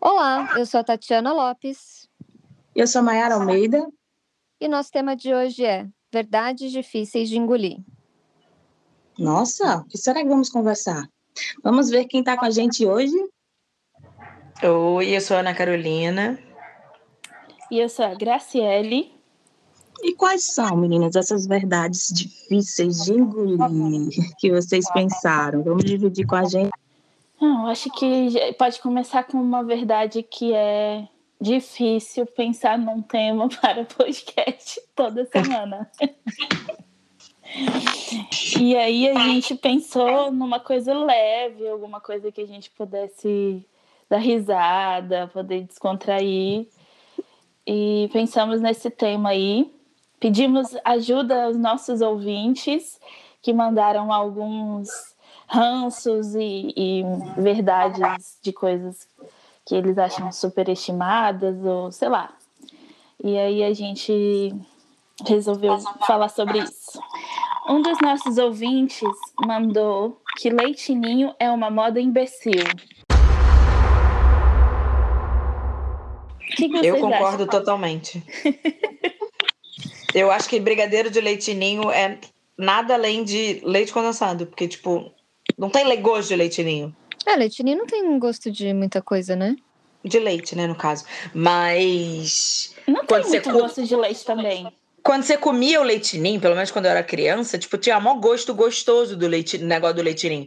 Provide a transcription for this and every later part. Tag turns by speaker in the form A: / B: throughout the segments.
A: Olá, eu sou a Tatiana Lopes
B: Eu sou Maiara Almeida.
A: e nosso tema de hoje é Verdades Difíceis de Engolir.
B: Nossa, o que será que vamos conversar? Vamos ver quem está com a gente hoje.
C: Oi, eu sou a Ana Carolina.
D: E eu sou a Graciele.
B: E quais são, meninas, essas verdades difíceis de engolir que vocês pensaram? Vamos dividir com a gente.
D: Não, eu acho que já- pode começar com uma verdade que é difícil pensar num tema para podcast toda semana. e aí a gente pensou numa coisa leve, alguma coisa que a gente pudesse dar risada, poder descontrair. E pensamos nesse tema aí. Pedimos ajuda aos nossos ouvintes que mandaram alguns ranços e, e verdades de coisas que eles acham superestimadas ou sei lá. E aí a gente resolveu falar sobre isso. Um dos nossos ouvintes mandou que leitinho é uma moda imbecil. O que que vocês
C: eu concordo
D: acham?
C: totalmente. eu acho que brigadeiro de leitinho é nada além de leite condensado, porque, tipo, não tem le- gosto de leitinho.
A: É, Letini não tem gosto de muita coisa, né?
C: De leite, né, no caso. Mas.
D: Não tem
C: Quando você
D: muito
C: come-
D: gosto de leite também.
C: Quando você comia o leitinho, pelo menos quando eu era criança, tipo, tinha mó gosto gostoso do leite, negócio do leitinho.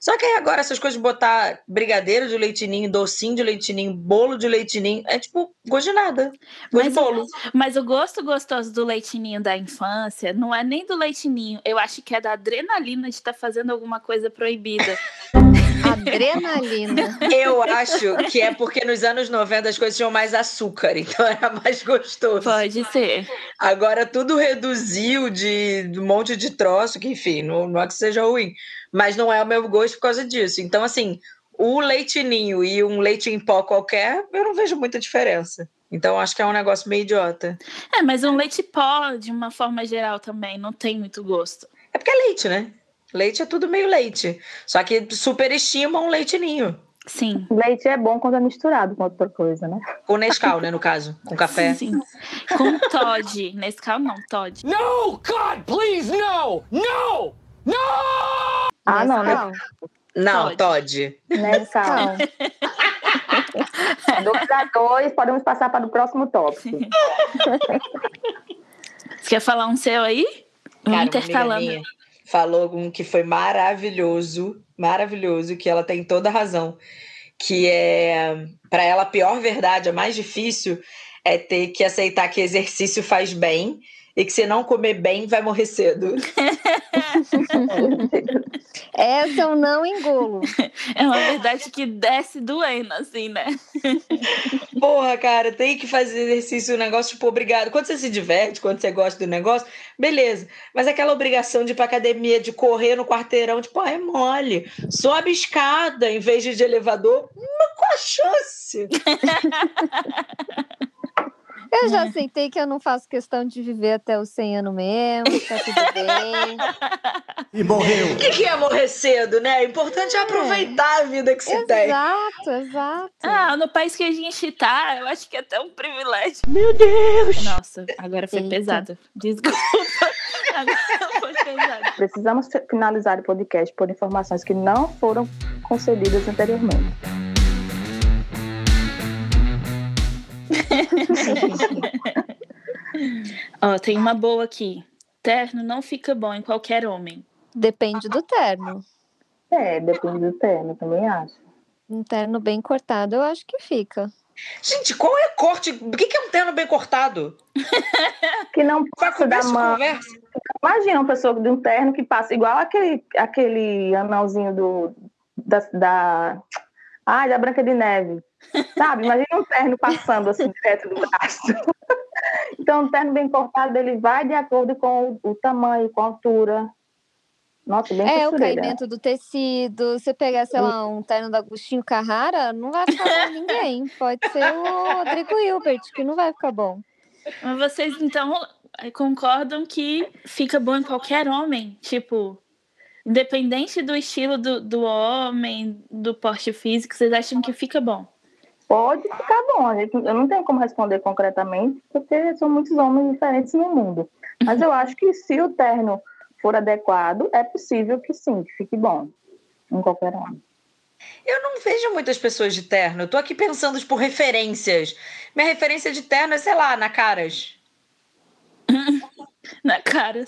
C: Só que aí agora essas coisas de botar brigadeiro de leitinho, docinho de leitinho, bolo de leitinho, é tipo, gosto de nada. Gosto de
D: Mas o-
C: bolo.
D: Mas o gosto gostoso do leitinho da infância não é nem do leitinho. Eu acho que é da adrenalina de estar fazendo alguma coisa proibida.
A: Adrenalina.
C: Eu acho que é porque nos anos 90 as coisas tinham mais açúcar, então era mais gostoso.
D: Pode ser.
C: Agora tudo reduziu de de um monte de troço, que enfim, não, não é que seja ruim, mas não é o meu gosto por causa disso. Então, assim, o leitinho e um leite em pó qualquer, eu não vejo muita diferença. Então, acho que é um negócio meio idiota.
D: É, mas um leite pó, de uma forma geral, também não tem muito gosto.
C: É porque é leite, né? Leite é tudo meio leite. Só que superestimam um leitinho.
D: Sim.
E: Leite é bom quando é misturado com outra coisa, né?
C: Com Nescau, né, no caso. Com café.
D: Sim. Com Todd. Nesse caso, não, Todd.
F: No! God, please, no! No!
E: Ah, não, né?
A: Nescau.
C: Não,
D: Todd.
C: Todd.
E: Nescau. Dúvida dois, podemos passar para o próximo tópico.
D: Você quer falar um seu aí? Vamos
C: Cara, uma amiga
D: intercalando.
C: minha Falou um que foi maravilhoso, maravilhoso, que ela tem toda a razão. Que é, para ela, a pior verdade, a mais difícil, é ter que aceitar que exercício faz bem e que se não comer bem, vai morrer cedo.
A: Essa eu não engolo.
D: É uma verdade que desce doendo, assim, né?
C: Porra, cara, tem que fazer exercício, um negócio tipo obrigado. Quando você se diverte, quando você gosta do negócio, beleza. Mas aquela obrigação de ir pra academia, de correr no quarteirão, tipo, ah, é mole. Sobe escada em vez de, de elevador, uma qual a chance?
A: Eu
E: Né?
A: já aceitei que eu não faço questão de viver até os 100 anos mesmo, tá tudo bem.
F: E morreu.
C: O que, que é morrer cedo, né? O importante é aproveitar a vida que se tem.
A: Exato, exato.
D: Ah, no país que a gente tá, eu acho que é até um privilégio. Meu Deus! Nossa, agora foi
A: Eita.
D: pesado. Desculpa. Agora foi pesado.
E: Precisamos finalizar o podcast por informações que não foram concedidas anteriormente.
D: Ó, tem uma boa aqui. Terno não fica bom em qualquer homem.
A: Depende do terno.
E: É, depende do tema, também acho.
A: Um terno bem cortado, eu acho que fica.
C: Gente, qual é corte? O que, que é um terno bem cortado?
E: Que não
C: Vai
E: passa da
C: conversa,
E: mão.
C: conversa.
E: Imagina uma pessoa de um terno que passa igual aquele, aquele anãozinho do, da, da. Ai, da Branca de Neve. Sabe? Imagina um terno passando assim direto do braço. Então, um terno bem cortado, ele vai de acordo com o, o tamanho, com a altura. Nossa, bem
A: É, o
E: costureira.
A: caimento do tecido. Se pegar, sei lá, um terno da Agostinho Carrara, não vai ficar bom em ninguém. Pode ser o Rodrigo Hilbert, que não vai ficar bom.
D: Mas vocês, então, concordam que fica bom em qualquer homem? Tipo, independente do estilo do, do homem, do porte físico, vocês acham que fica bom?
E: Pode ficar bom, a gente- eu não tenho como responder concretamente, porque são muitos homens diferentes no mundo. Mas eu acho que se o terno for adequado, é possível que sim, que fique bom em qualquer homem.
C: Eu não vejo muitas pessoas de terno. Eu tô aqui pensando por referências. Minha referência de terno é, sei lá, na caras.
D: Na cara.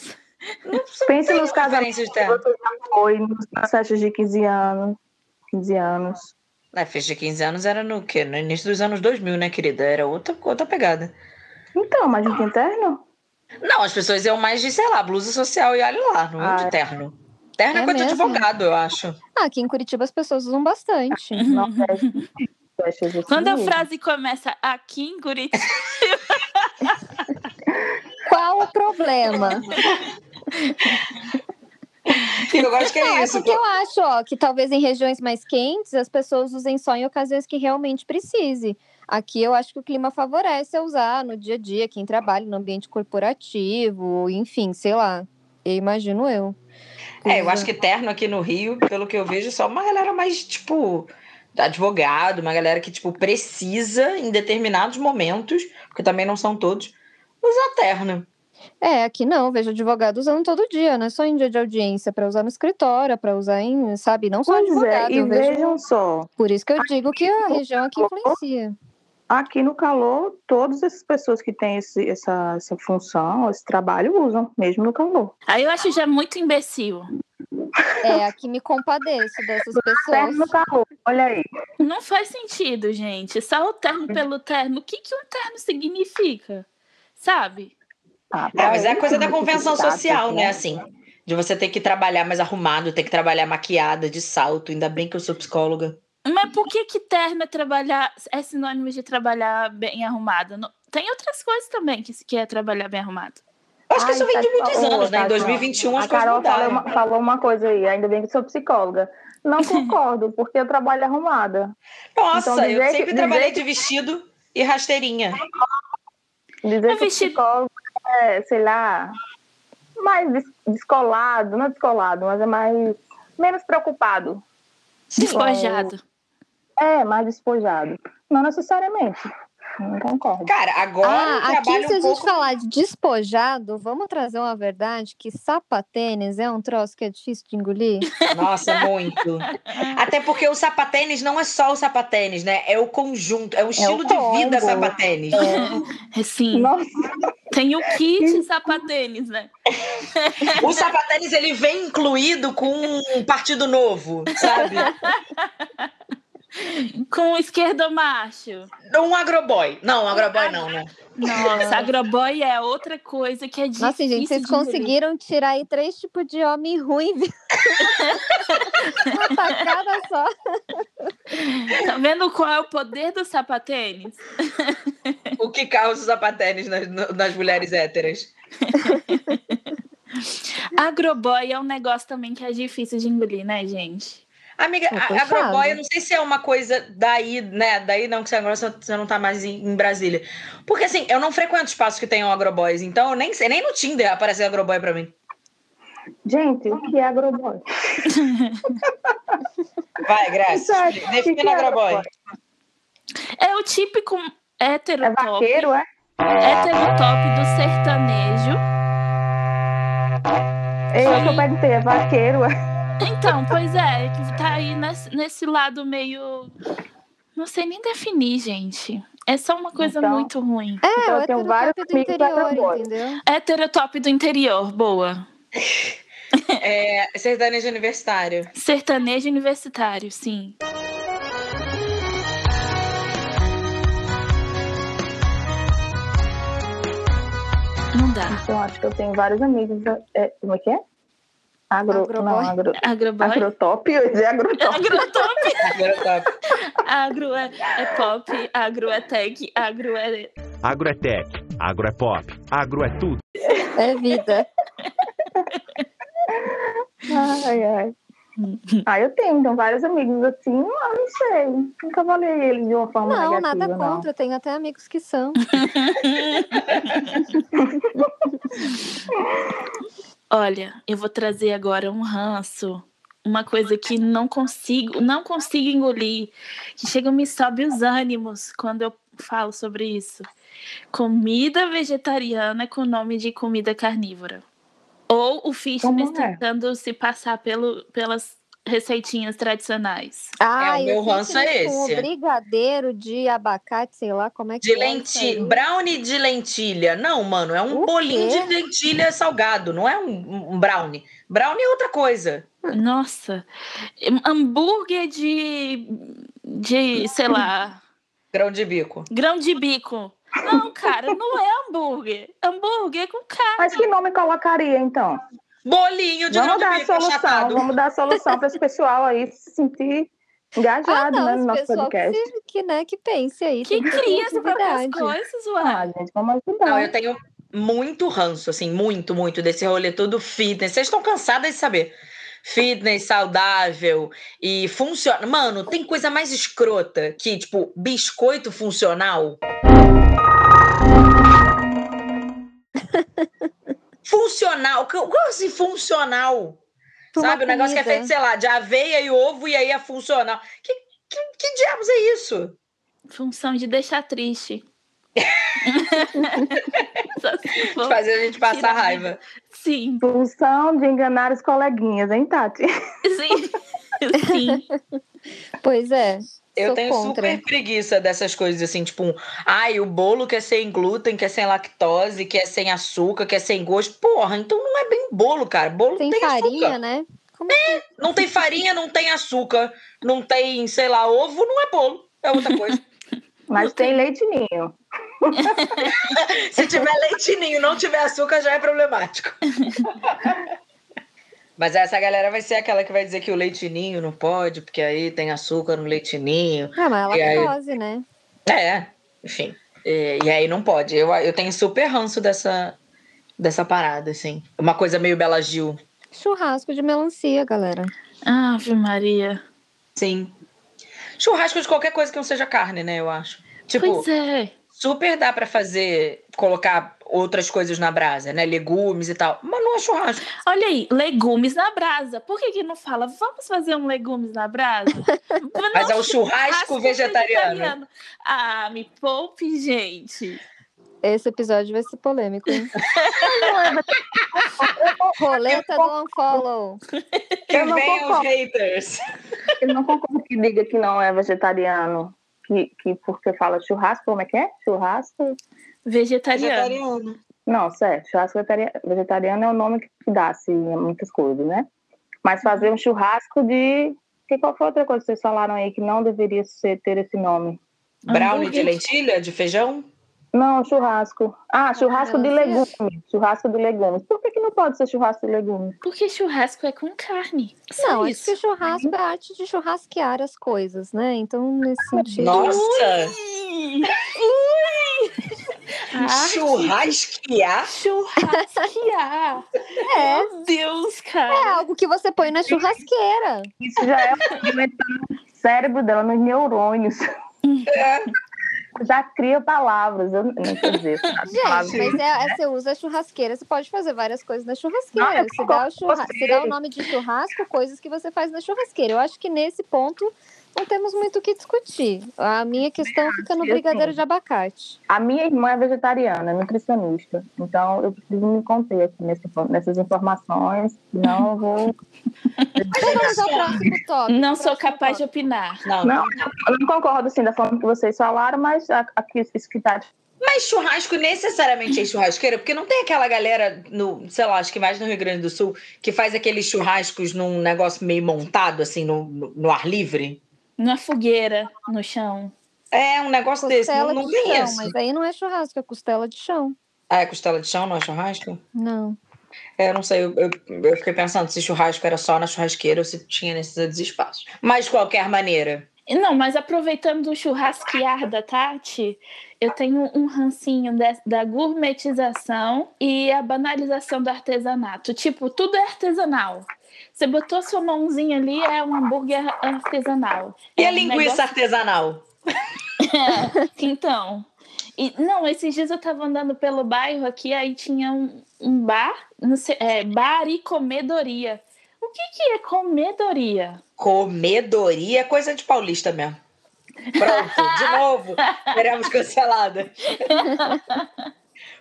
E: Pense nos casamentos
C: Referência de
E: que
C: terno.
E: você já foi, nos- nas festas de 15 anos, 15 anos.
C: Na festa de 15 anos era no quê? No início dos anos 2000, né, querida? Era outra, outra pegada.
E: Então, mas não tem terno?
C: Não, as pessoas iam mais de, sei lá, blusa social e olha lá, não iam
E: Ah,
C: de
E: é.
C: terno. Terno é,
A: É
C: coisa de
A: mesmo?
C: advogado, eu acho.
A: Ah, aqui em Curitiba as pessoas usam bastante.
E: Não, é festas de
D: Quando a
E: 15
D: frase começa aqui em Curitiba,
A: Qual o problema?
C: Eu acho que
A: Não,
C: é
A: é
C: isso.
A: porque eu acho, ó, que talvez em regiões mais quentes as pessoas usem só em ocasiões que realmente precise. Aqui eu acho que o clima favorece a usar no dia a dia, quem trabalha no ambiente corporativo, enfim, sei lá. Eu imagino eu.
C: É, eu acho que terno aqui no Rio, pelo que eu vejo, é só uma galera mais, tipo, advogado, uma galera que, tipo, precisa em determinados momentos, porque também não são todos, usar terno.
A: É, aqui não, eu vejo advogado usando todo dia, não é só em dia de audiência, para usar no escritório, para usar em, sabe, não só
E: Pois é,
A: advogado,
E: e
C: né,
A: eu vejo.
E: vejam só,
A: Por isso que eu digo que a região aqui influencia.
E: aqui no calor, todas essas pessoas que têm esse- essa, essa função, esse trabalho, usam, mesmo no calor.
D: aí eu acho já muito imbecil.
A: É, aqui me compadeço dessas pessoas.
E: Terno no calor, olha aí.
D: Não faz sentido, gente. Só o terno pelo terno. O que, que um terno significa? Sabe?
E: Ah,
C: É, mas é a
E: pra
C: coisa
E: isso,
C: da convenção
E: datas,
C: social, né? Assim, de você ter que trabalhar mais arrumado, ter que trabalhar maquiada, de salto. Ainda bem que eu sou psicóloga.
D: Mas por que, que terno é trabalhar é sinônimo de trabalhar bem arrumado? Não- Tem outras coisas também que, se- que é trabalhar bem arrumado.
C: Eu acho que
E: Ai,
C: isso vem de
E: tá de
C: muitos
E: boa,
C: anos, né?
E: tá
C: Em
E: de boa.
C: 2021 as
E: A
C: coisas
E: Carol falou
C: mudaram.
E: uma, falou uma coisa aí, ainda bem que sou psicóloga. Não concordo, porque eu trabalho arrumada.
C: Nossa,
E: Então,
C: eu
E: dizer
C: sempre
E: que-
C: trabalhei
E: dizer
C: de vestido e rasteirinha.
E: Dizer
D: É
E: que
D: vestido-
E: psicólogo é, sei lá, mais des- descolado, não é descolado, mas é mais menos preocupado.
D: Despojado.
E: É, mais despojado. Não necessariamente. Não concordo.
C: Cara, agora eu
A: Ah, aqui
C: trabalho
A: se a
C: um
A: gente
C: pouco.
A: falar de despojado, vamos trazer uma verdade que sapatênis é um troço que é difícil de engolir.
C: Nossa, muito. Até porque o sapatênis não é só o sapatênis, né? É o conjunto, é o estilo de vida
E: combo.
C: sapatênis.
D: É, Sim.
E: Nossa,
D: Tem o kit sapatênis, né?
C: O sapatênis ele vem incluído com um partido novo, sabe?
D: Com o esquerdomacho.
C: Um agroboy. Não, um agroboy não, né?
D: Nossa, agroboy é outra coisa que é difícil.
A: Nossa, gente, vocês
D: de engolir.
A: conseguiram tirar aí três tipos de homem ruim. viu? Uma tacada só.
D: Tá vendo qual é o poder do sapatênis?
C: O que causa o sapatênis nas, nas mulheres héteras?
D: Agroboy é um negócio também que é difícil de engolir, né, gente?
C: Amiga,
A: Pô,
C: a-
A: puxado.
C: agroboy, eu não sei se é uma coisa daí, né? Daí não, que você agora você- você não tá mais em, em Brasília. Porque assim, eu não frequento espaços que tenham agroboys, então eu nem sei, nem no Tinder aparece agroboy pra mim.
E: gente, o que é agroboy?
C: Vai,
E: Isso
C: Graça.
E: é- que que
C: Defina
E: é
C: agroboy.
E: agroboy?
D: É o típico hétero
E: É
D: top,
E: vaqueiro, é?
D: hétero top do sertanejo.
E: Eu
D: Sim.
E: só perguntei, é vaqueiro, é?
D: Então, pois é, que tá aí nesse, nesse lado meio. Não sei nem definir, gente. É só uma coisa
E: Então.
D: muito ruim.
A: É,
E: Então,
A: o
E: eu tenho vários
A: heterotop do
E: amigos
A: interior,
E: agroboy.
A: entendeu?
D: Hétero top do interior, boa.
C: É, sertanejo universitário.
D: Sertanejo universitário, sim. Não dá.
E: Então, acho que eu tenho vários amigos. É, como é que é? Agro,
A: Agroboy.
E: não, agro,
D: Agroboy?
E: agrotop, eu ia dizer agrotop.
D: Agrotop.
C: Agrotop.
D: Agro é, é pop, agro é tech, agro é.
G: Agro é tech, agro é pop, agro é tudo.
A: É vida.
E: Ai, ai. Ah, eu tenho, então, vários amigos assim, ah, não sei, nunca avaliei eles de uma forma
A: Não,
E: negativa,
A: nada
E: não.
A: contra, eu tenho até amigos que são.
D: Olha, eu vou trazer agora um ranço uma coisa que não consigo, não consigo engolir, que chega e me sobe os ânimos quando eu falo sobre isso. Comida vegetariana com nome de comida carnívora. Ou o fitness
E: Como é?
D: tentando se passar pelo, pelas receitinhas tradicionais.
C: É, o
A: eu
C: meu
A: fiz
C: ranço é
A: isso com
C: esse.
A: o brigadeiro de abacate, sei lá como é que
C: De
A: é. isso aí.
C: lentilha, brownie de lentilha. Não, mano, é um
A: O
C: bolinho
A: quê?
C: de lentilha salgado, não é um, um brownie. Brownie é outra coisa.
D: Nossa, hum, hambúrguer de, de sei lá,
C: Grão de bico.
D: grão de bico. Não, cara, não é hambúrguer. Hambúrguer é com carne.
E: Mas que nome colocaria, então?
C: Bolinho de
E: vamos
C: grão
E: dar
C: de
E: a
C: bico é
E: solução,
C: achatado.
E: vamos dar a solução para esse pessoal aí se sentir
A: Ah,
E: engajado
A: não,
E: né, no
A: esse
E: nosso
A: pessoal que,
E: podcast.
A: se- que, né, que pense aí.
D: Que
A: tem ter
D: cria as próprias
A: criatividade.
D: coisas,
E: Ah,
D: uai.
E: gente, vamos ajudar.
C: Não, é eu tenho muito ranço, assim, muito, muito desse rolê todo fitness. Vocês estão cansadas de saber. Fitness saudável e funciona. Mano, tem coisa mais escrota que, tipo, biscoito funcional? Funcional. que- Como assim, funcional?
A: Pra uma
C: Sabe, o negócio que é
A: comida.
C: feito, sei lá, de aveia e ovo e aí é funcional. Que, que, que diabos é isso?
D: Função de deixar triste. Só se
C: De
D: for-
C: fazer a gente passar
D: tirar a
C: raiva.
D: Sim,
E: Solução de enganar os coleguinhas, hein, Tati?
D: sim, sim.
A: Pois é.
C: Eu
A: sou
C: tenho
A: contra.
C: super preguiça dessas coisas, assim, tipo, um, ai, o bolo que é sem glúten, que é sem lactose, que é sem açúcar, que é sem gosto. Porra, então não é bem bolo, cara. Bolo
A: Tem
C: tem,
A: farinha,
C: açúcar.
A: né? Como
C: Não tem farinha, não tem açúcar, não tem, sei lá, ovo, não é bolo. É outra coisa.
E: Mas tem leite ninho.
C: Se tiver leitinho, não tiver açúcar, já é problemático. Mas essa galera vai ser aquela que vai dizer que o leitinho não pode, porque aí tem açúcar no leitinho.
A: Ah, mas
C: E
A: é
C: aí?
A: lactose, né?
C: É, enfim. É, E, aí não pode. Eu, eu tenho super ranço dessa, dessa parada, assim. Uma coisa meio Bela Gil.
A: Churrasco de melancia, galera.
D: Ave Maria.
C: Sim. Churrasco de qualquer coisa que não seja carne, né? Eu acho. Tipo,
D: Pois é.
C: super dá pra fazer, colocar outras coisas na brasa, né? Legumes e tal. Mas não é churrasco.
D: Olha aí, legumes na brasa. Por que, que não fala, vamos fazer um legumes na brasa?
C: Mas
D: Não,
C: é o churrasco
D: churrasco
C: vegetariano.
D: Ah, me poupe, gente.
A: Esse episódio vai ser polêmico, hein?
E: Eu
A: Roleta do
E: não
A: unfollow.
C: Que
E: Eu não
C: venham os
E: concordo.
C: haters.
E: Eu não concordo que diga que não é vegetariano. Que, que porque fala churrasco, como é que é? Churrasco?
D: Vegetariano.
C: Vegetariano.
E: Não, sério, churrasco vetaria- vegetariano é o nome que que dá, assim, a muitas coisas, né? Mas fazer um churrasco de. Que qual foi outra coisa que vocês falaram aí que não deveria ser, ter esse nome?
C: Brownie de
D: Hambúrguer.
C: lentilha, de feijão?
E: Não, churrasco. Ah, churrasco de
A: melancia.
E: legumes. Churrasco de legumes. Por que, que não pode ser churrasco de legumes?
D: Porque churrasco é com carne. Só
A: Não, acho
D: isso.
A: que churrasco é a arte de churrasquear as coisas, né? Então, nesse sentido.
C: Nossa!
D: Ui!
C: Churrasquear?
D: Churrasquear.
A: É,
D: Meu Deus,
A: é
D: cara.
A: algo que você põe na churrasqueira.
E: Isso já é movimentar o cérebro dela nos neurônios. Já cria palavras. Eu não quer dizer. sabe? Palavras.
A: Gente, mas é, é, você usa a churrasqueira, você pode fazer várias coisas na
E: Não,
A: churrasqueira.
E: eu
A: Se dá, o churra...
E: concordo com
A: se dá o
E: você.
A: nome de churrasco, coisas que você faz na churrasqueira. Eu acho que nesse ponto não temos muito o que discutir. A minha questão fica no
E: que assim-
A: brigadeiro de abacate.
E: A minha irmã é vegetariana, é nutricionista. Então eu preciso me conter aqui nesse pon- nessas informações. Não vou.
A: Então vamos ao próximo tópico.
D: Não sou
A: próximo
D: capaz de opinar.
C: Não.
E: Não, eu não concordo assim da forma que vocês falaram, mas a- aqui isso que tá.
C: Mas churrasco necessariamente é churrasqueira, porque não tem aquela galera no, sei lá, acho que mais no Rio Grande do Sul, que faz aqueles churrascos num negócio meio montado, assim, no, no- no ar livre.
D: Numa fogueira no chão.
C: É um negócio desse, não,
A: Costela
C: não
A: de
C: tem
A: chão,
C: isso.
A: mas aí não é churrasco, é costela de chão.
C: Ah, é costela de chão, não é churrasco?
A: Não.
C: É, eu não sei, eu, eu- eu fiquei pensando se churrasco era só na churrasqueira ou se tinha nesses outros espaços. Mas de qualquer maneira,
D: E Não, mas aproveitando o churrasquear da Tati, eu tenho um rancinho de- da gourmetização e a banalização do artesanato. Tipo, tudo é artesanal. Você botou sua mãozinha ali, é um hambúrguer artesanal.
C: e a
D: É um
C: linguiça
D: negócio-
A: assim,
C: artesanal?
D: Então, e, não, esses dias eu tava andando pelo bairro aqui, aí tinha um, um bar, não sei, é, bar e comedoria. O que, que é comedoria?
C: Comedoria é coisa de paulista mesmo. Pronto, de novo, seremos canceladas.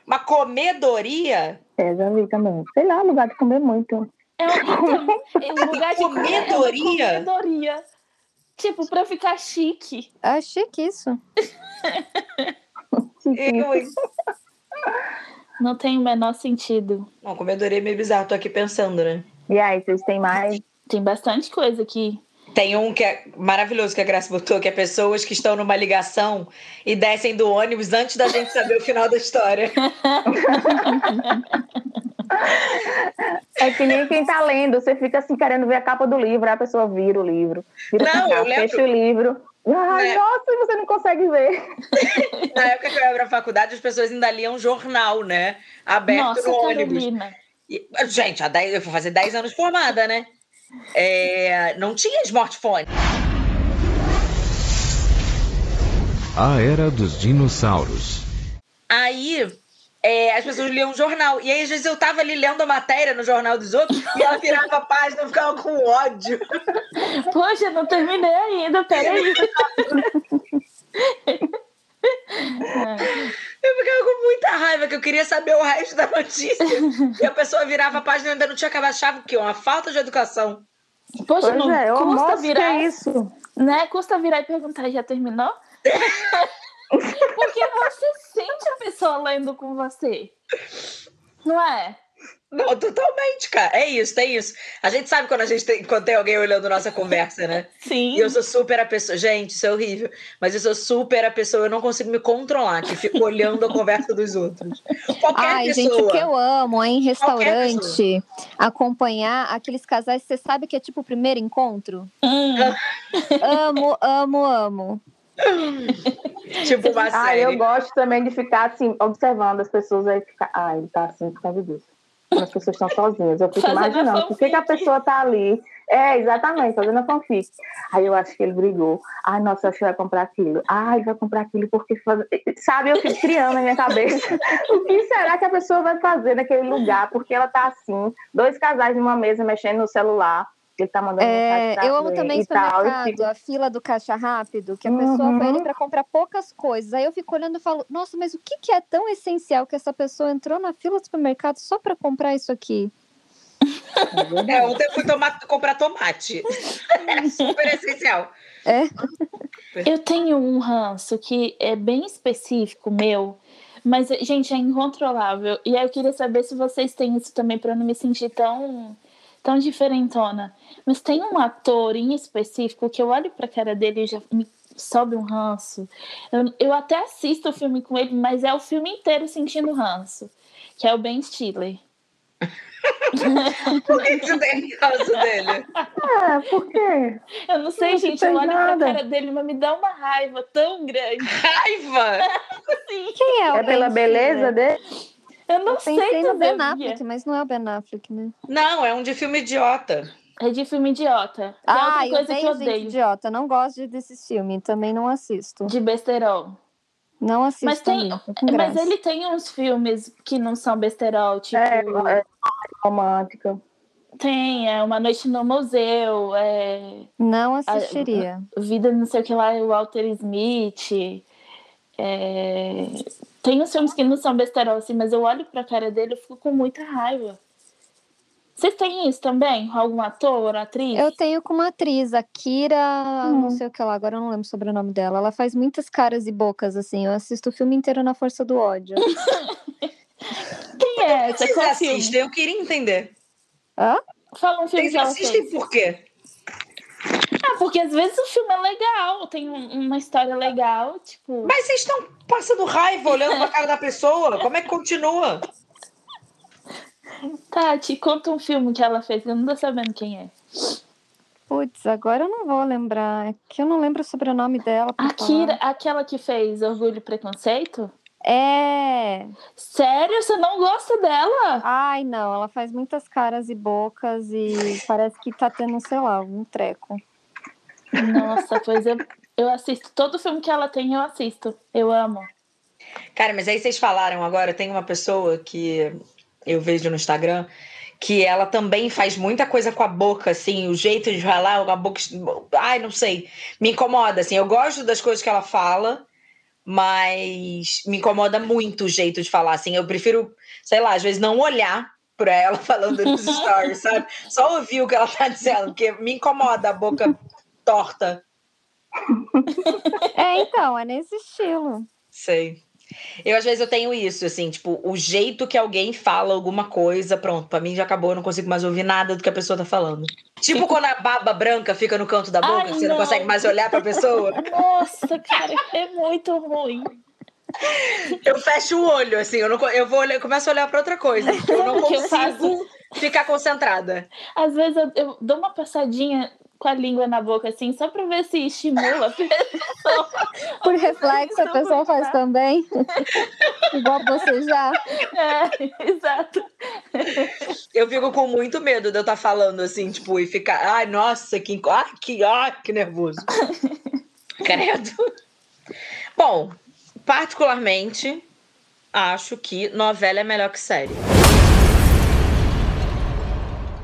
C: Uma comedoria?
E: É, já vi também. Sei lá, lugar de comer muito.
D: É um, então, é um lugar de
C: Comedoria?
D: É uma comedoria. Tipo, pra ficar chique.
A: Ah, chique isso.
C: Eu, hein?
D: Não tem o menor sentido.
C: Não, comedoria é meio bizarro, tô aqui pensando, né?
E: E aí, vocês têm mais?
D: Tem bastante coisa aqui.
C: Tem um que é maravilhoso que a Graça botou, que é pessoas que estão numa ligação e descem do ônibus antes da gente saber o final da história.
E: É que nem quem tá lendo, você fica assim querendo ver a capa do livro, aí a pessoa vira o livro. Vira
C: Não,
E: pra cá,
C: eu lembro-
E: fecha o livro. Ai,
C: É.
E: nossa, você não consegue ver.
C: Na época que eu ia pra faculdade, as pessoas ainda liam jornal, né? Aberto
D: Nossa, tá
C: no ônibus.
D: Carolina.
C: E, gente, há 10 eu vou fazer 10 anos formada, né? É, não tinha smartphone.
G: A Era dos Dinossauros.
C: Aí é, as pessoas liam um jornal. E aí, às vezes, eu tava ali lendo a matéria no jornal dos outros e ela virava a página e eu ficava com ódio.
D: Poxa, não terminei ainda, peraí.
C: Eu ficava com muita raiva, que eu queria saber o resto da notícia. E a pessoa virava a página e ainda não tinha acabado. Achava o quê? Uma falta de educação.
D: Poxa,
E: Pois
D: não
E: é, ô,
D: custa
E: moço, que
D: virar.
E: é isso?
D: Né? Custa virar e perguntar, já terminou? Porque você sente a pessoa lendo com você. Não é?
C: Não, totalmente, cara. É isso, tem isso. A gente sabe quando a gente tem, quando tem alguém olhando nossa conversa, né?
D: Sim.
C: E eu sou super a pessoa. Gente, isso é horrível. Mas eu sou super a pessoa, eu não consigo me controlar, que fico olhando a conversa dos outros. Qualquer
A: Ai,
C: pessoa.
A: gente, o que eu amo é em
C: Qualquer
A: restaurante acompanhar aqueles casais. Você sabe que é tipo o primeiro encontro?
D: Hum.
A: amo, amo, amo.
C: Tipo, uma
E: Ah,
C: série.
E: eu gosto também de ficar assim, observando as pessoas aí ficar, ah, ele tá assim por causa disso. Quando As pessoas estão sozinhas. Eu fico
D: Fazendo a
E: imaginando por que, que a
D: fanfic.
E: pessoa tá ali. É, exatamente, fazendo a fanfic. Aí eu acho que ele brigou. Ai, nossa, eu acho que vai comprar aquilo. Ai, ele vai comprar aquilo porque. Faz... Sabe, eu fico criando na minha cabeça. o que será que a pessoa vai fazer naquele lugar? Porque ela tá assim, dois casais numa mesa mexendo no celular. Ele tá mandando
A: É,
E: mensagem pra
A: eu amo
E: alguém
A: também
E: e tal. Eu
A: supermercado,
E: fico,
A: a fila do caixa rápido, que a pessoa
E: Uhum.
A: vai ali pra comprar poucas coisas. Aí eu fico olhando e falo, nossa, mas o que, que é tão essencial que essa pessoa entrou na fila do supermercado só pra comprar isso aqui?
C: É, ontem eu fui tomar- comprar tomate. É super essencial.
D: Eu tenho um ranço que é bem específico meu, mas, gente, é incontrolável. E aí eu queria saber se vocês têm isso também, para não me sentir tão, tão diferentona. Mas tem um ator em específico que eu olho pra cara dele e já me sobe um ranço. Eu, eu até assisto o filme com ele, mas é o filme inteiro sentindo ranço, que é o Ben Stiller.
C: Por que que você tem ranço dele?
E: ah, por quê?
D: Eu não sei,
E: Não
D: gente,
E: fez
D: eu olho
E: nada.
D: pra cara dele, mas me dá uma raiva tão grande.
C: Raiva!
D: Assim,
A: Quem é o
E: É pela
A: Ben Stiller? né?
E: beleza dele?
D: eu não
A: Eu
D: sei
A: pensei no Ben
D: todavia.
A: Affleck, mas não é o Ben Affleck, né?
C: Não, é um de filme idiota.
D: É de filme idiota. Que
A: Ah,
D: é outra coisa que eu
A: eu odeio
D: odeio.
A: gente idiota. Não gosto de- desses filmes. Também não assisto.
D: De besterol.
A: Não assisto.
D: Mas tem- é,
A: mesmo, com
D: Mas
A: graça.
D: ele tem uns filmes que não são besterol, tipo.
E: É, é romântica.
D: Tem, é Uma Noite no Museu, é
A: Não
D: ah,
A: assistiria.
D: Vida não sei o que lá, é Walter Smith. é, Tem uns filmes que não são besterol, assim, mas eu olho pra cara dele e fico com muita raiva. Vocês têm isso também? Algum ator, atriz?
A: Eu tenho com uma atriz, a Kira, não
E: Hum.
A: sei o que lá, agora eu não lembro sobre o nome dela. Ela faz muitas caras e bocas, assim. Eu assisto o filme inteiro na força do ódio.
D: Quem é essa?
C: Vocês
D: Qual filme?
C: assistem, eu queria entender.
D: Fala um
C: Vocês
D: filme que ela fez.
C: assistem por quê?
D: Ah, porque às vezes o filme é legal, tem um- uma história legal, tipo.
C: Mas vocês estão passando raiva olhando pra cara da pessoa? Como é que continua?
D: Tati, conta um filme que ela fez, eu não tô sabendo quem é.
A: Putz, agora eu não vou lembrar. É que eu não lembro sobre o nome dela. pra
D: A
A: falar.
D: Kira, aquela que fez Orgulho e Preconceito?
A: É.
D: Sério, você não gosta dela?
A: Ai, não. Ela faz muitas caras e bocas e parece que tá tendo, sei lá, um treco.
D: Nossa, pois eu, eu assisto. Todo filme que ela tem, eu assisto. Eu amo.
C: Cara, mas aí vocês falaram agora, tem uma pessoa que eu vejo no Instagram que ela também faz muita coisa com a boca, assim, o jeito de falar, a boca. Ai, não sei. Me incomoda, assim. Eu gosto das coisas que ela fala, mas me incomoda muito o jeito de falar, assim. Eu prefiro, sei lá, às vezes não olhar pra ela falando nos stories, sabe? Só ouvir o que ela tá dizendo, porque me incomoda a boca torta.
A: É, então, é nesse estilo.
C: Sei. Eu, às vezes, eu tenho isso, assim, tipo, o jeito que alguém fala alguma coisa, pronto, pra mim já acabou, eu não consigo mais ouvir nada do que a pessoa tá falando. Tipo quando a baba branca fica no canto da boca,
D: Ai,
C: você não,
D: não.
C: consegue mais olhar pra pessoa.
D: Nossa, cara, é muito ruim.
C: Eu fecho o olho, assim, eu, não, co- eu vou olhar, eu começo a olhar pra outra coisa. porque Eu não
D: Sabe o que eu
C: consigo ficar concentrada.
D: Às vezes eu, eu dou uma passadinha com a língua na boca, assim, só pra ver se estimula. a pessoa.
A: Por reflexo, a
D: Isso,
A: pessoa
D: muito
A: faz
D: bom.
A: também. Igual você já.
D: É, exato.
C: Eu fico com muito medo de eu estar falando assim, tipo, e ficar, ai, nossa, que, inco- ai, que, ai, que nervoso. Credo. Bom, particularmente, acho que novela é melhor que série.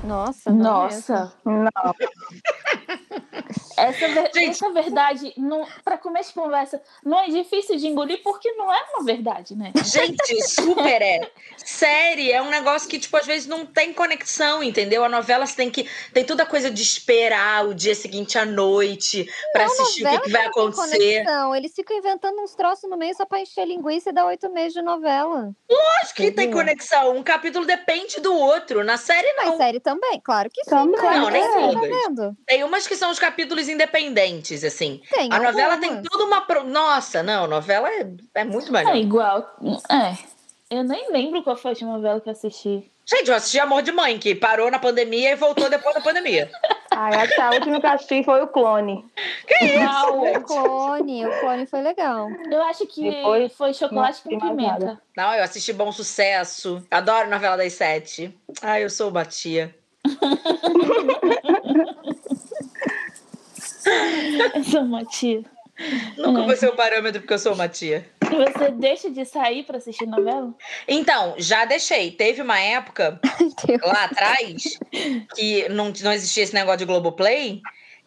A: Nossa, não
D: Nossa.
E: Não.
D: Essa, ver-
C: Gente.
D: essa verdade, não, pra começo de conversa, não é difícil de engolir porque não é uma verdade, né?
C: Gente, super é. Série é um negócio que, tipo, às vezes não tem conexão, entendeu? A novela você tem que. Tem toda a coisa de esperar o dia seguinte à noite pra
A: Não,
C: assistir o que,
A: novela
C: que vai
A: tem
C: acontecer.
A: conexão. Eles ficam inventando uns troços no meio só pra encher linguiça e dar oito meses de novela.
C: Acho que tem conexão. Um capítulo depende do outro. Na série,
A: Mas
C: não.
A: série também, claro que sim.
E: Também.
A: claro
C: Não,
A: que
C: nem
A: sim, tá
C: todas.
A: vendo?
C: Tem umas que são os capítulos independentes, assim.
A: Tem
C: A novela tem
A: algumas.
C: toda uma. pro- Nossa, não, novela é, é muito
D: É
C: melhor.
D: igual. É. Eu nem lembro qual foi a última novela que eu assisti.
C: Gente, eu assisti Amor de Mãe, que parou na pandemia e voltou depois da pandemia.
E: Ai, acho que a última que eu assisti foi o clone.
D: Não,
A: O clone, o clone foi legal.
D: eu acho que
E: Depois,
D: foi chocolate
E: não
D: com
E: assisti mais
D: pimenta.
C: Não, eu assisti Bom Sucesso. Adoro novela das sete. Ai, eu sou batia.
D: Eu sou uma tia.
C: Nunca
D: É.
C: vou ser o parâmetro porque eu sou uma tia.
D: Você deixa de sair pra assistir novela?
C: Então, já deixei. Teve uma época
A: Meu Deus.
C: lá atrás que não, não existia esse negócio de Globoplay.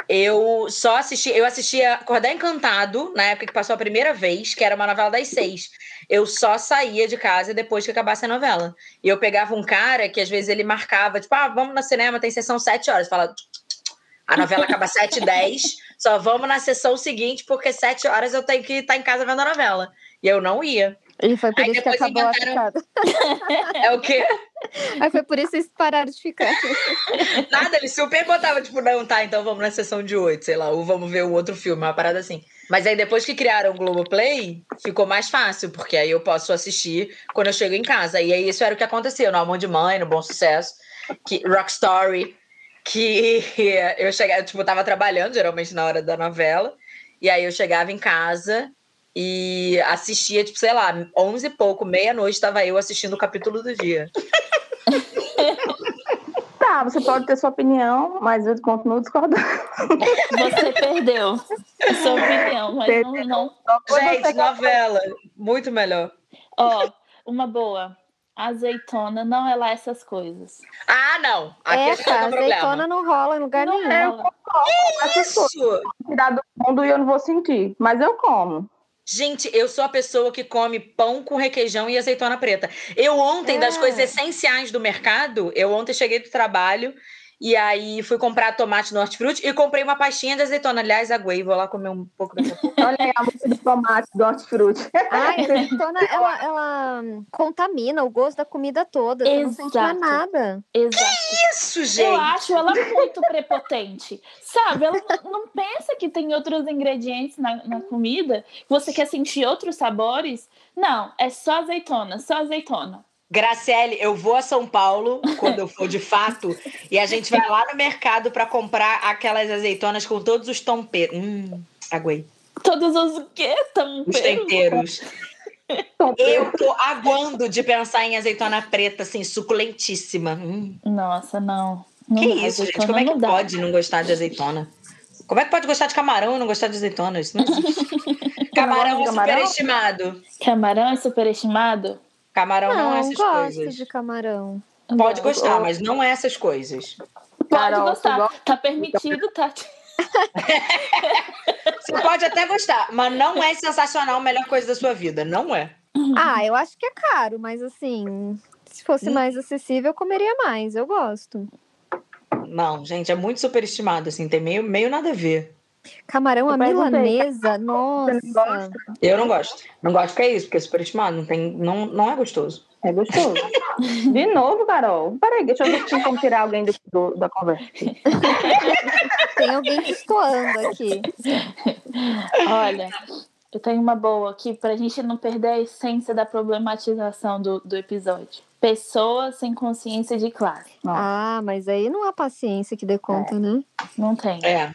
C: Eu só assisti, eu assistia Acordar Encantado, na época que passou a primeira vez, que era uma novela das seis. Eu só saía de casa depois que acabasse a novela. E eu pegava um cara que às vezes ele marcava, tipo, ah, vamos no cinema, tem sessão sete horas. Fala, a novela acaba às 7h10, só vamos na sessão seguinte, porque sete horas eu tenho que estar em casa vendo a novela. E eu não ia.
A: E foi por
C: Aí
A: isso que
C: depois
A: acabou a
C: inventaram-
A: ficada.
C: É o quê?
A: Aí foi por isso que eles pararam de ficar.
C: Nada, ele super botava, tipo, não, tá, então vamos na sessão de oito, sei lá, ou vamos ver o outro filme, uma parada assim. Mas aí depois que criaram o Globoplay, ficou mais fácil, porque aí eu posso assistir quando eu chego em casa. E aí isso era o que aconteceu no Amor de Mãe, no Bom Sucesso, que Rock Story, que eu chegava, tipo, eu tava trabalhando geralmente na hora da novela, e aí eu chegava em casa e assistia, tipo, sei lá, onze e pouco, meia-noite, tava eu assistindo o capítulo do dia.
E: Tá, você pode ter sua opinião, mas eu continuo discordando.
D: Você perdeu a sua opinião, mas não, não.
C: Gente, novela, muito melhor.
D: Ó, uma boa. Azeitona não é lá essas coisas.
C: Ah, não. Aqui já
A: Essa
C: tá com problema.
A: É, azeitona não rola em lugar
D: Não é
A: nenhum.
D: rola.
E: Essas coisas
C: Isso.
E: tirar do mundo e eu não vou sentir. Mas eu como.
C: Gente, eu sou a pessoa que come pão com requeijão e azeitona preta. Eu ontem, das
A: É.
C: coisas essenciais do mercado, eu ontem cheguei do trabalho e aí fui comprar tomate no hortifruti e comprei uma pastinha de azeitona. Aliás, aguei, vou lá comer um pouco daqui a pouco.
E: Olha aí a música do tomate, do hortifruti.
A: Ai, a azeitona, ela, ela hum, contamina o gosto da comida toda. Você não sente mais
D: Exato.
A: nada.
D: Exato.
C: Isso,
D: Eu
C: gente.
D: acho ela muito prepotente. Sabe? Ela não- não pensa que tem outros ingredientes na, na comida. Você quer sentir outros sabores? Não, é só azeitona, só azeitona.
C: Graciele, eu vou a São Paulo quando eu for de fato e a gente vai lá no mercado pra comprar aquelas azeitonas com todos os tomperos. Hum, aguei.
D: Todos os que
C: Os temperos. Eu tô aguando de pensar em azeitona preta, assim, suculentíssima. Hum.
D: Nossa, não. não
C: que
D: dá,
C: isso, gente?
D: azeitona
C: Como é que
D: não dá.
C: pode não gostar de azeitona? Como é que pode gostar de camarão e não gostar de azeitona? Isso não existe. camarão é
E: Você não gosta de
C: superestimado.
D: Camarão é superestimado?
C: Camarão não, é
A: Não,
C: essas
A: gosto
C: coisas.
A: de camarão.
C: Pode
D: Não,
C: gostar,
D: eu-
C: mas não é essas coisas.
D: Pode
E: Carol,
D: gostar.
E: tu gosta?
D: Tá permitido, Tati.
C: Você pode até gostar, mas não é sensacional a melhor coisa da sua vida. Não é.
A: Ah, eu acho que é caro, mas assim, se fosse mais acessível, eu comeria mais. Eu gosto.
C: Não, gente, é muito superestimado, assim, tem meio, meio nada a ver.
A: Camarão à
E: Eu perguntei,
A: milanesa,
E: não
A: nossa.
C: Eu não gosto. Não gosto porque é isso, porque é superestimado, não, tem, não, não é gostoso.
E: É gostoso. De novo, Carol. Peraí, deixa eu ver se tem como tirar alguém do, do- da conversa.
A: Tem alguém destoando aqui.
D: Olha, eu tenho uma boa aqui pra gente não perder a essência da problematização do, do episódio. Pessoas sem consciência de classe. Não,
A: Ah, mas aí não há paciência que dê conta, né?
D: não tem.
C: É.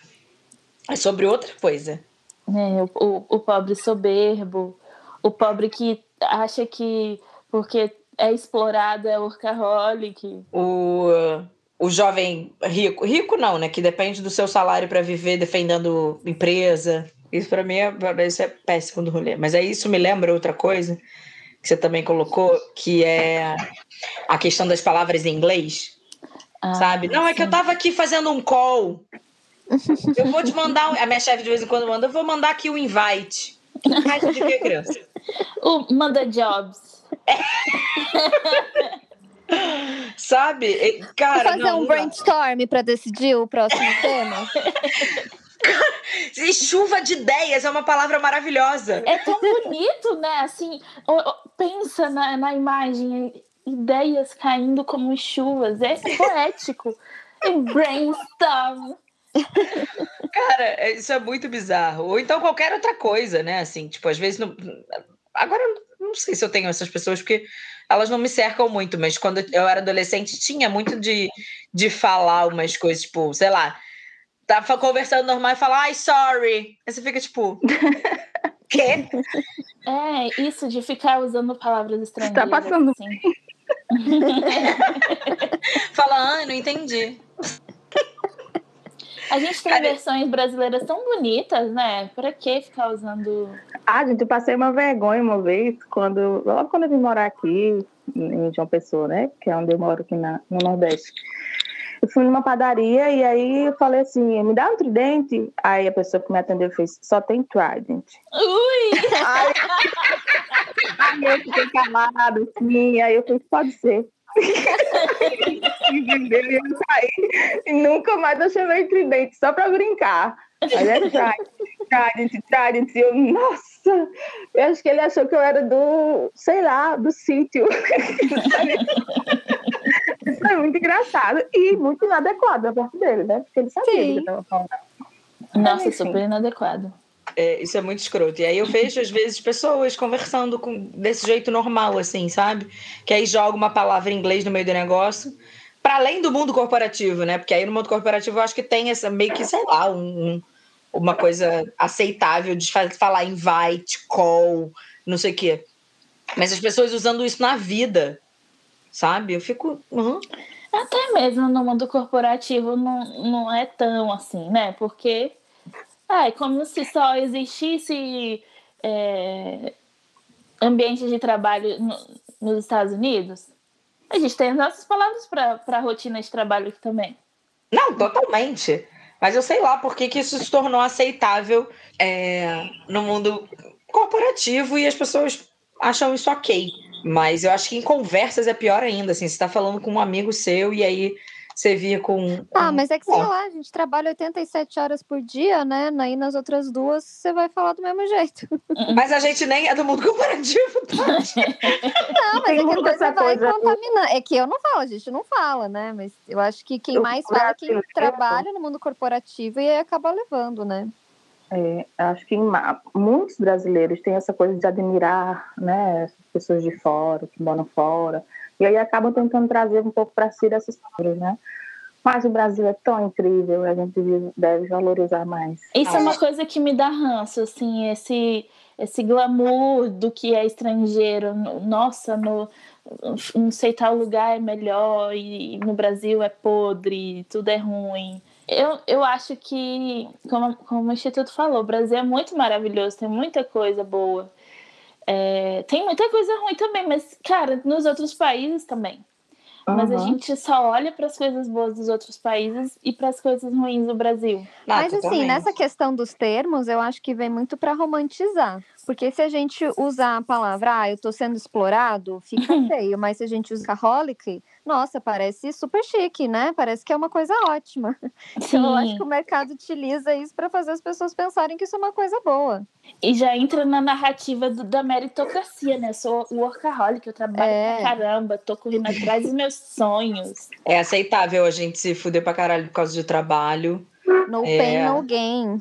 C: É sobre outra coisa.
D: né? O, o, o pobre soberbo, o pobre que acha que porque é explorado é workaholic.
C: O, o jovem rico. Rico não, né? Que depende do seu salário para viver defendendo empresa. Isso para mim é, isso é péssimo do rolê. Mas aí isso me lembra outra coisa que você também colocou, que é a questão das palavras em inglês.
D: Ah,
C: sabe? Não, é que eu
D: sim.
C: tava aqui fazendo um call. Eu vou te mandar. um- A minha chefe de vez em quando manda, eu vou mandar aqui o invite. Invite de que, criança?
D: O Manda Jobs.
C: Sabe? E,
A: Vou
C: Cara,
A: fazer
C: não,
A: um
C: não dá.
A: brainstorm pra decidir o próximo tema?
C: E chuva de ideias é uma palavra maravilhosa.
D: É tão bonito, né? Assim, o- o- pensa na, na imagem, ideias caindo como chuvas. É poético. É brainstorm.
C: Cara, é- isso é muito bizarro. Ou então qualquer outra coisa, né? Assim, tipo, às vezes. Não... Agora eu não sei se eu tenho essas pessoas, porque elas não me cercam muito, mas quando eu era adolescente tinha muito de, de falar umas coisas, tipo, sei lá, tava conversando normal e falar, ai, sorry. Aí você fica tipo. Quê?
D: É, isso de ficar usando palavras estrangeiras.
E: passando
D: assim.
C: Fala, ai, não entendi.
D: A gente tem versões brasileiras tão bonitas, né? Pra que ficar usando.
E: Ah, gente, eu passei uma vergonha uma vez, quando, logo quando eu vim morar aqui, em João Pessoa, né? Que é onde eu moro aqui na, no Nordeste. Eu fui numa padaria e aí eu falei assim, me dá um tridente. Aí a pessoa que me atendeu fez, só tem trident.
D: Uh! Ui!
E: Aí eu fiquei calada, assim, aí eu falei, pode ser. Entendeu? E eu saí. E nunca mais eu chamei tridente, só pra brincar. Aí é Trident, Trident, Trident. E eu, nossa! Eu acho que ele achou que eu era do, sei lá, do sítio. Foi muito engraçado e muito inadequado da parte dele, né? Porque ele sabia
A: Sim.
E: do que eu tava falando.
D: Nossa,
E: enfim.
D: super inadequado.
C: É, isso é muito escroto. E aí eu vejo, às vezes, pessoas conversando com, desse jeito normal, assim, sabe? Que aí joga uma palavra em inglês no meio do negócio. Para além do mundo corporativo, né? Porque aí no mundo corporativo eu acho que tem essa meio que, sei lá, um- uma coisa aceitável de fa- falar invite, call, não sei o quê. Mas as pessoas usando isso na vida, sabe? Eu fico. hã?
D: Uhum. Até mesmo no mundo corporativo não, não é tão assim, né? Porque ah, é como se só existisse é, ambiente de trabalho no- nos Estados Unidos. A gente tem as nossas palavras para a rotina de trabalho aqui também.
C: Não, totalmente. Mas eu sei lá por que, que isso se tornou aceitável é, no mundo corporativo e as pessoas acham isso ok. Mas eu acho que em conversas é pior ainda, assim, você tá falando com um amigo seu e aí você via com.
A: Ah, mas é que sei
C: É.
A: lá, a gente trabalha 87 horas por dia, né? Aí nas outras duas você vai falar do mesmo jeito.
C: Mas a gente nem é do mundo corporativo, tá?
A: Não, mas
E: Tem
A: é que a
E: muita
A: coisa
E: essa
A: vai
E: coisa, né?
A: contaminando. É que eu não falo, a gente não fala, né? Mas eu acho que quem
E: Eu-
A: mais fala é quem
E: Brasil,
A: trabalha no mundo corporativo e aí acaba levando, né?
E: É, acho que em ma- muitos brasileiros têm essa coisa de admirar né, as pessoas de fora, que moram fora, e aí acabam tentando trazer um pouco para si dessas coisas, né? Mas o Brasil é tão incrível, a gente deve- deve valorizar mais.
D: Isso é
C: Ah,
D: uma coisa que me dá ranço, assim, esse, esse glamour do que é estrangeiro. No- Nossa, no, não sei tal lugar é melhor e no Brasil é podre, tudo é ruim. Eu, eu acho que, como, como o Instituto falou, o Brasil é muito maravilhoso, tem muita coisa boa. É, tem muita coisa ruim também, mas, cara, nos outros países também. Mas a
E: Aham.
D: gente só olha para as coisas boas dos outros países e para as coisas ruins do Brasil.
A: Mas
C: Ah,
A: assim,
C: totalmente.
A: nessa questão dos termos, eu acho que vem muito para romantizar. Porque se a gente usar a palavra, ah, eu tô sendo explorado, fica feio. Mas se a gente usa holic, nossa, parece super chique, né? Parece que é uma coisa ótima. Então eu acho que o mercado utiliza isso para fazer as pessoas pensarem que isso é uma coisa boa.
D: E já entra na narrativa do- da meritocracia, né? Eu sou workaholic, eu trabalho
A: É.
D: pra caramba, tô correndo atrás dos meus sonhos.
C: É aceitável a gente se fuder pra caralho por causa de trabalho.
A: No
C: É.
A: pain, no gain.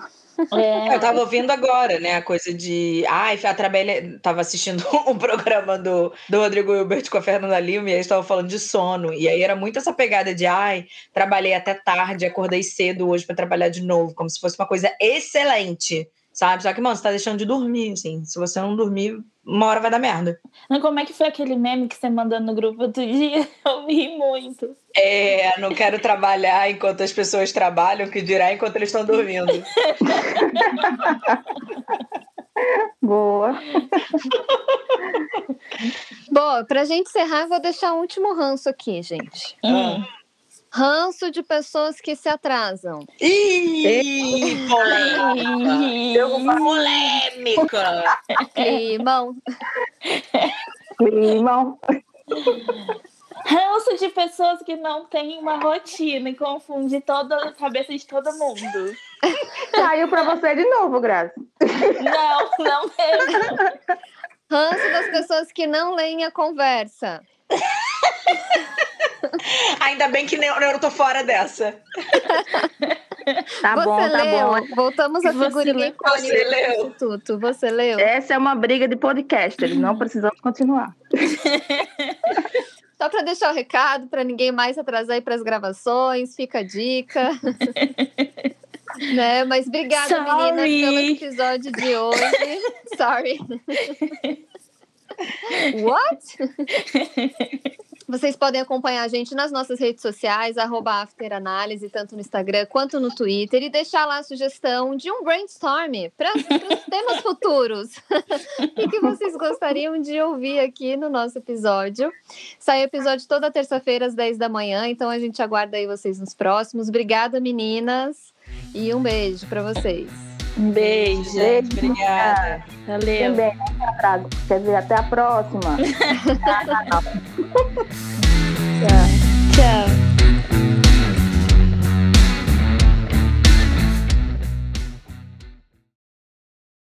D: É,
C: Eu tava ouvindo agora, né? A coisa de. Ai, a Trabelli tava assistindo um programa do, do Rodrigo Hilbert com a Fernanda Lima e eles estavam falando de sono. E aí era muito essa pegada de ai, trabalhei até tarde, acordei cedo hoje pra trabalhar de novo, como se fosse uma coisa excelente. Sabe? Só que, mano, você tá deixando de dormir, assim. Se você não dormir, uma hora vai dar merda.
D: Mas Como é que foi aquele meme que você mandou no grupo outro dia? Eu ri muito.
C: É, não quero trabalhar enquanto as pessoas trabalham, que dirá enquanto eles estão dormindo.
E: Boa.
A: Bom, pra gente encerrar, eu vou deixar o último ranço aqui, gente.
D: Hum.
A: Ranço de pessoas que se atrasam.
C: Ih, polêmica! polêmica!
E: É.
A: Climão.
E: Climão.
D: Ranço de pessoas que não têm uma rotina e confunde toda a cabeça de todo mundo.
E: Caiu pra você de novo, Grazi.
D: Não, não mesmo.
A: Ranço das pessoas que não leem a conversa.
C: Ainda bem que nem- eu tô fora dessa.
E: Tá
A: Você
E: bom, tá
A: leu?
E: bom.
A: Voltamos à
D: Você
A: figurinha
D: leu?
A: icônica
C: Você
A: do
C: leu?
A: Instituto. Você leu?
E: Essa é uma briga de podcasters. Não precisamos continuar.
A: Só para deixar o recado, para ninguém mais se atrasar aí para as gravações, fica a dica. né? Mas obrigada,
D: Sorry.
A: meninas, pelo episódio de hoje. Sorry. What? Vocês podem acompanhar a gente nas nossas redes sociais, arroba afteranálise, tanto no Instagram quanto no Twitter, e deixar lá a sugestão de um brainstorm para os temas futuros. o que vocês gostariam de ouvir aqui no nosso episódio? Sai episódio toda terça-feira às 10 da manhã, então a gente aguarda aí vocês nos próximos. Obrigada, meninas, e um beijo pra vocês.
D: Um beijo.
C: Gente, obrigada.
D: Valeu.
E: Também, né, Grazi? Quer dizer, até a próxima.
A: Tchau.